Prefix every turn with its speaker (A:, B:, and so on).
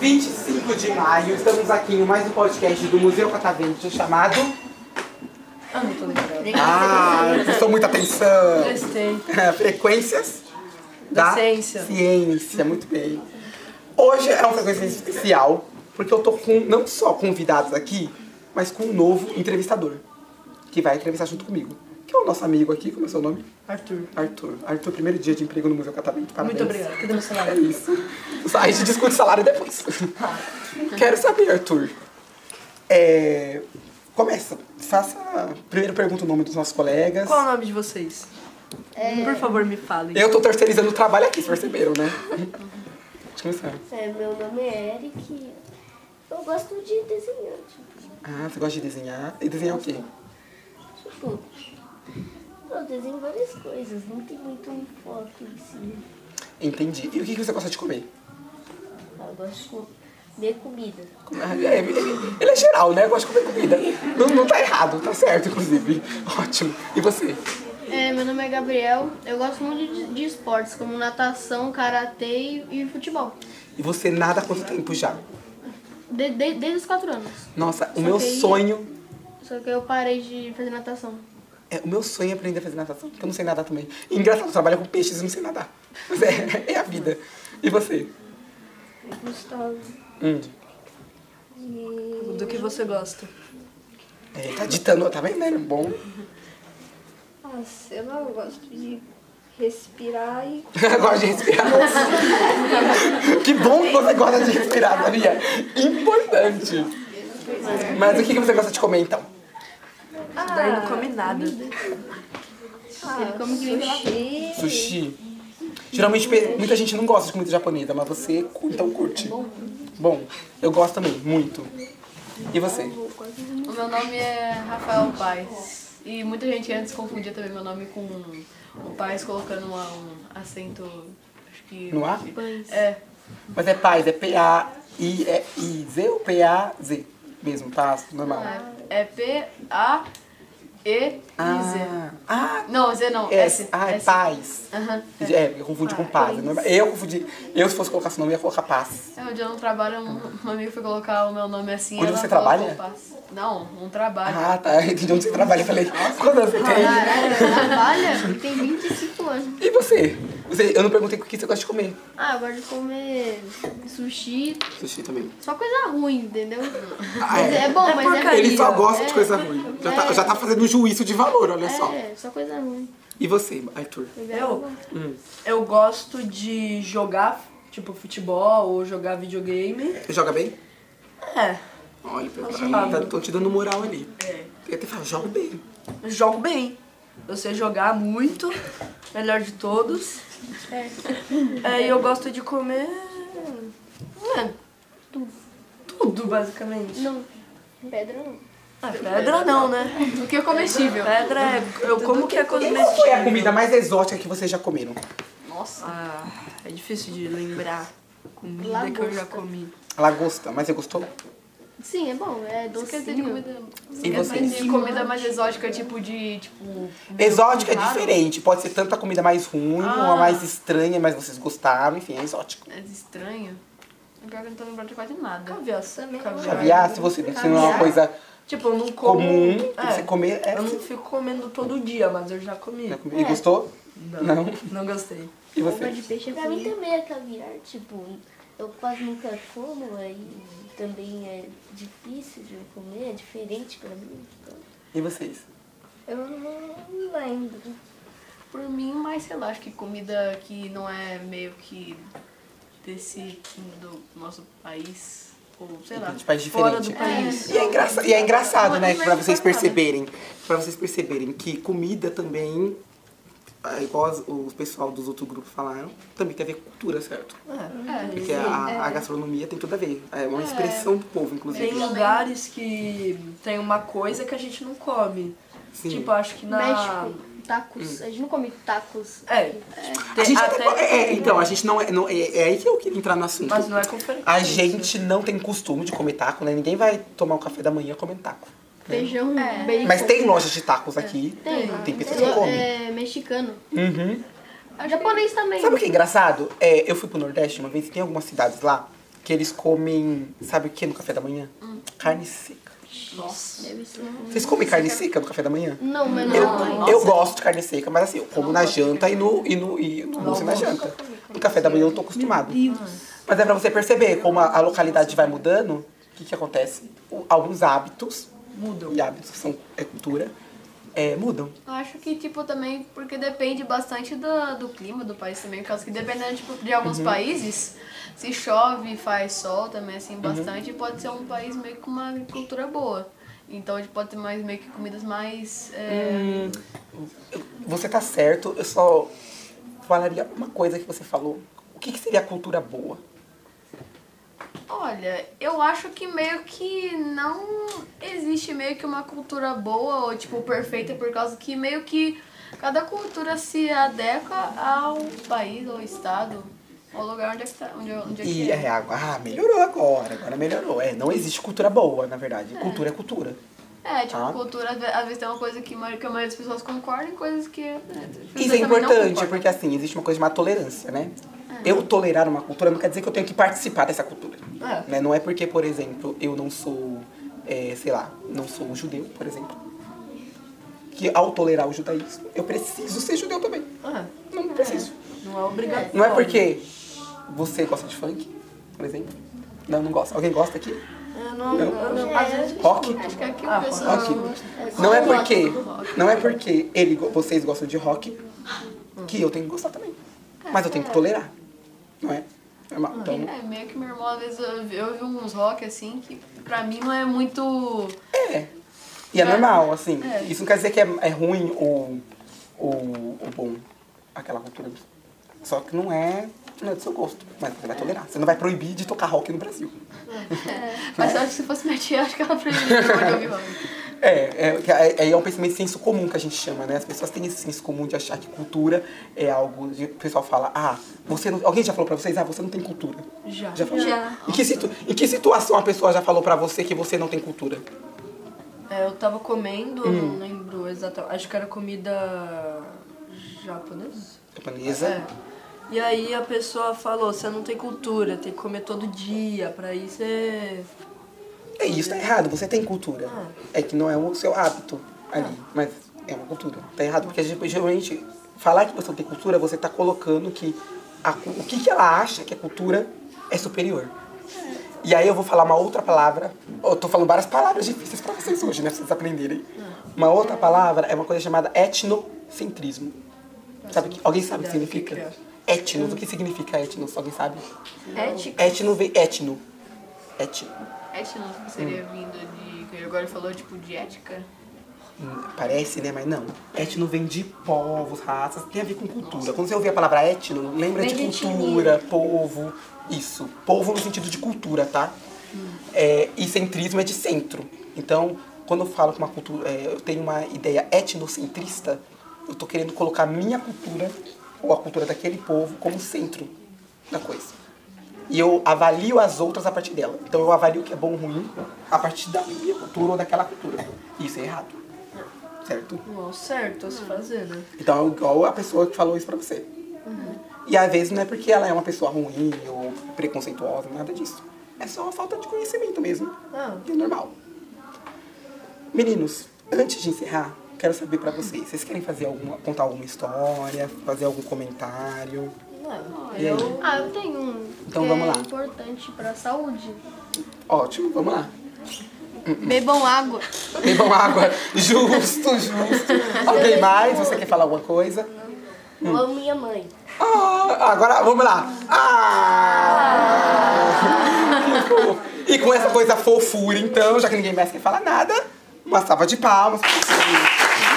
A: 25 de maio, estamos aqui em mais um podcast do Museu Catavento chamado.
B: Ah, não tô lembrando.
A: Ah, prestou muita atenção!
B: Prestei.
A: É, Frequências da,
B: Da ciência.
A: ciência, muito bem. Hoje é uma frequência especial, porque eu tô com não só convidados aqui, mas com um novo entrevistador que vai entrevistar junto comigo. Que é o nosso amigo aqui, como é o seu nome?
B: Arthur.
A: Arthur. Arthur, primeiro dia de emprego no Museu Catavento. Parabéns.
B: Muito obrigada. Cadê meu
A: É
B: celular?
A: isso. A gente discute salário depois. Quero saber, Arthur. É, começa. Faça. Primeiro pergunta o nome dos nossos colegas.
B: Qual é o nome de vocês?
C: É.
B: Por favor, me falem.
A: Eu tô terceirizando o trabalho aqui, vocês perceberam, né? Deixa eu começar.
D: É, meu nome é Eric. Eu gosto de desenhar, tipo,
A: Ah, você gosta de desenhar? E desenhar o quê?
D: tipo, eu desenho várias coisas, não tem muito um foco em si.
A: Entendi. E o que que você gosta de comer?
D: Eu gosto de comer comida.
A: Ah, é, Ele ele é geral, né? Gosta de comer comida. Não, não tá errado, tá certo, inclusive. Ótimo. E você?
E: É, meu nome é Gabriel. Eu gosto muito de, de esportes, como natação, karatê e, e futebol.
A: E você nada há quanto tempo já?
E: De- de- desde os 4 anos.
A: Nossa, o
E: Só
A: meu
E: que aí-
A: sonho
E: Só que eu parei de fazer natação.
A: É, o meu sonho é aprender a fazer natação, porque eu não sei nadar também. E engraçado, eu trabalho com peixes e não sei nadar. Mas é, é a vida. E você?
D: Eu gostava
A: Hum.
D: de.
B: Do que você gosta?
A: É, tá ditando, tá vendo? É bom.
D: Ah, sei lá, eu gosto de respirar e.
A: Gosto de respirar. que bom que você gosta de respirar, sabia? Importante. Mas o que que você gosta de comer, então?
B: Daí não
C: Ah,
B: come nada.
E: Ele come que nem
A: Sushi. Geralmente pe- muita gente não gosta de comida japonesa, mas você cu- então curte. Bom, eu gosto também, muito. E você?
C: O meu nome é Rafael Paz. E muita gente antes confundia também meu nome com o Paz colocando uma- um acento. Acho que.
A: No ar?
C: É.
A: Mas é paz, é P-A-I-Z ou P-A-Z mesmo, tá? Normal.
C: É P-A-E-I-Z.
A: Ah, ah,
C: Não, Z não.
A: é,
C: S.
A: ah, é
C: S.
A: paz.
C: Aham.
A: É, eu confundi com paz. é normal. Eu confundi. Eu, se fosse colocar esse nome, ia colocar paz.
C: É, um dia eu não trabalho, um, um amigo foi colocar o meu nome assim.
A: Onde
C: ela
A: você
C: colocou
A: trabalha?
C: Paz. Não, um trabalho.
A: Ah, tá. Eu Entendi onde você trabalha. Eu falei, quando você
C: Ah, é.
A: tem?
E: Caralho, ele trabalha? Ele tem 25 anos.
A: E você? Você- Eu não perguntei o que você gosta de comer.
E: Ah, eu gosto de comer sushi.
A: Sushi também.
E: Só coisa ruim, entendeu?
A: Ah,
E: Mas é bom, mas é
A: Ele só
E: ruim.
A: gosta de coisa ruim. Já tá, já tá fazendo um juízo de valor, olha só.
E: É, só coisa ruim.
A: E você, Arthur?
C: É
B: Eu? Eu gosto de jogar, tipo, futebol ou jogar videogame.
A: Você joga bem?
B: É,
A: Olha, pra-
B: jogo.
A: tá, tô te dando moral ali. Eu até falo, jogo bem.
B: eu jogo bem. Eu sei jogar muito, melhor de todos. É, e eu gosto de comer... é, tudo. Tudo, basicamente.
D: Não, pedra não.
B: Ah, pedra não, né?
C: O que é comestível?
B: Pedra é. Eu como que é coisa
A: Qual
B: desse
A: foi a
B: tipo?
A: comida mais exótica que vocês já comeram?
C: Nossa.
B: Ah, é difícil de lembrar comida que eu já comi.
A: Lagosta, mas você gostou?
E: Sim, é bom, é
C: Quer dizer,
E: docezinho.
C: de comida.
A: E vocês?
C: De comida mais exótica, tipo de. Tipo,
A: Exótica é
C: Claro.
A: diferente, pode ser tanto a comida mais ruim ou a mais estranha, mas vocês gostaram, enfim, é exótico.
C: É estranho. O pior que eu não tô lembrando de quase nada.
B: Caviar
D: também
B: Ah,
A: Caviar, se você se não é uma
B: Caviar.
A: coisa
B: Tipo, eu não como.
A: comum,
B: é,
A: você comer, é,
B: Eu não fico comendo todo dia, mas eu já comi.
A: né? E gostou? Não.
B: Não gostei.
A: E
B: Roupa
A: você?
B: de peixe é
D: Pra mim
B: ruim.
D: também é caviar, tipo, eu quase nunca como, aí também é difícil de eu comer, é diferente pra mim. então.
A: E vocês?
D: Eu não lembro.
C: Por mim, mas sei lá, acho que comida que não é meio que desse assim, do nosso país, ou sei lá.
A: De país
B: Fora
A: diferente.
B: do país.
A: E é, engraça- e é engraçado, né,
C: Mas
A: pra
C: não
A: vocês
C: faz nada.
A: perceberem, para vocês perceberem que comida também, ah, igual as- o pessoal dos outros grupos falaram, também tem a ver com cultura, certo?
C: É,
A: Porque a, a gastronomia tem tudo a ver, é uma expressão do povo, inclusive.
B: Tem um, lugares que tem uma coisa que a gente não come.
A: Sim. Hum.
B: Tipo, acho que na.
E: México. tacos. A gente não come tacos.
B: É,
A: A gente
B: até-
A: não- é, então, a gente não é, não- é- é aí que eu queria entrar no assunto.
B: mas não é conferência.
A: A gente não tem costume de comer taco, né? Ninguém vai tomar o café da manhã comendo taco. né?
E: Feijão,
C: É.
E: bacon.
A: Mas tem lojas de tacos aqui.
E: Tem.
A: Tem pessoas que comem.
E: É, mexicano.
A: Uhum.
E: Japonês também.
A: Sabe o que é engraçado? É, eu fui pro Nordeste uma vez e tem algumas cidades lá que eles comem, sabe o que no café da manhã? Carne seca.
C: Nossa.
E: Deve ser.
A: Vocês comem carne seca no café da manhã?
E: Não, mas
A: Eu,
E: não.
C: Nossa.
A: eu gosto de carne seca, mas assim, eu como na janta e no, e no, e no almoço e na janta. No café da manhã eu não tô acostumado. Mas é pra você perceber como a, a localidade vai mudando, o que que acontece? O- alguns hábitos,
B: Mudam.
A: e hábitos são, é cultura, é, mudam.
C: Eu acho que, tipo, também, porque depende bastante do, do clima do país também, por causa que dependendo, tipo, de alguns
A: Uhum.
C: países, se chove, faz sol também,
A: Uhum.
C: assim, bastante, pode ser um país meio com uma agricultura boa. Então, a gente pode ter mais, meio que comidas mais... É,
A: Você tá certo, eu só falaria uma coisa que você falou. O que, que seria a cultura boa?
C: Olha, eu acho que meio que não existe meio que uma cultura boa ou, tipo, perfeita, por causa que meio que cada cultura se adequa ao país, ou estado, ao lugar onde é que tá, onde, onde é que
A: E
C: é.
A: é, ah, melhorou agora, agora melhorou. É, não existe cultura boa, na verdade. Cultura é cultura.
C: É, tipo,
A: Ah.
C: cultura, às ve- às vezes tem uma coisa que, a maioria- que a maioria das pessoas concorda e coisas que. né, as pessoas
A: Isso é
C: também não É.
A: importante,
C: concordam.
A: porque assim, existe uma coisa chamada tolerância, né? Eu tolerar uma cultura não quer dizer que eu tenho que participar dessa cultura.
C: É.
A: né? Não é porque, por exemplo, eu não sou, é, sei lá, não sou um judeu, por exemplo, que ao tolerar o judaísmo, eu preciso ser judeu também.
B: Ah,
A: Não preciso.
B: não é obrigatório.
A: Não é porque você gosta de funk, por exemplo. Não, não gosta. Alguém gosta aqui?
B: Eu não,
A: Não.
B: eu não- às vezes
A: Rock?
C: Acho que aqui
B: Ah,
C: o pessoal.
A: Rock. Não é porque, não é porque ele, go- vocês gostam de rock que eu tenho que gostar também. Mas eu tenho que tolerar, É, não é? Normal. Então,
C: É, meio que meu irmão, às vezes eu, eu vi uns rock assim, que pra mim não é muito.
A: É. E é normal, assim.
C: É.
A: Isso não quer dizer que é, é ruim ou, ou, ou bom aquela cultura. Só que não é, não é do seu gosto. Mas você vai tolerar. Você não vai proibir de tocar rock no Brasil.
C: Mas eu acho que se fosse minha tia, eu acho que ela proibiria meu irmão de ouvir rock.
A: É, é, é, é um pensamento de senso comum que a gente chama, né? As pessoas têm esse senso comum de achar que cultura é algo. de- o pessoal fala, ah, você não. Alguém já falou pra vocês, ah, você não tem cultura.
B: Já.
A: Já falou?
B: Já.
A: Em que, situ- em que situação a pessoa já falou pra você que você não tem cultura?
B: É, eu tava comendo, eu não lembro exatamente. Acho que era comida japonesa.
A: Japonesa?
B: É. E aí a pessoa falou, você não tem cultura, tem que comer todo dia, pra aí você.
A: É isso, tá errado, você tem cultura.
B: Ah.
A: É que não é o seu hábito ali, mas é uma cultura. Tá errado, porque a gente, geralmente, falar que você não tem cultura, você tá colocando que a cu- o que, que ela acha que a cultura é superior.
B: É.
A: E aí eu vou falar uma outra palavra. Eu tô falando várias palavras difíceis pra vocês hoje, né? Pra vocês aprenderem.
B: Ah.
A: Uma outra palavra é uma coisa chamada etnocentrismo. Sabe, o que- alguém sabe o que
B: Não, o que é.
A: significa? Etnos, o que significa etnos? Alguém sabe?
E: É
C: Ética.
A: Etno vem etno. Etno.
C: Ética não É seria vindo de. que Agora ele falou tipo de ética?
A: Parece, né? Mas não. Etno vem de povos, raças, tem a ver com cultura. Quando você ouvir a palavra etno, lembra de
D: Vem de
A: cultura, povo. Isso. Povo no sentido de cultura, tá?
D: Hum.
A: É, e centrismo é de centro. Então, quando eu falo que uma cultura, é, eu tenho uma ideia etnocentrista, eu tô querendo colocar a minha cultura, ou a cultura daquele povo, como centro da coisa. E eu avalio as outras a partir dela. Então eu avalio o que é bom ou ruim a partir da minha cultura ou daquela cultura. Isso é errado. Certo?
B: Não, certo a se fazer, né?
A: Então é igual a pessoa que falou isso pra você. E às vezes não é porque ela é uma pessoa ruim ou preconceituosa, nada disso. É só uma falta de conhecimento mesmo.
B: Ah.
A: E é normal. Meninos, antes de encerrar, quero saber pra vocês. Vocês querem fazer alguma, contar alguma história, fazer algum comentário?
B: Não,
A: E aí?
B: eu.
E: Ah, eu tenho um.
A: Então
E: que
A: vamos
E: é
A: lá.
E: importante pra saúde.
A: Ótimo, vamos lá.
E: Bebam água.
A: Bebam água. Justo, justo. Alguém mais? Você quer falar alguma coisa?
D: Eu amo minha mãe.
A: Ah, agora, vamos lá. Ah! Que fofo. E com essa coisa fofura, então, já que ninguém mais quer falar nada, uma salva de palmas. pra vocês.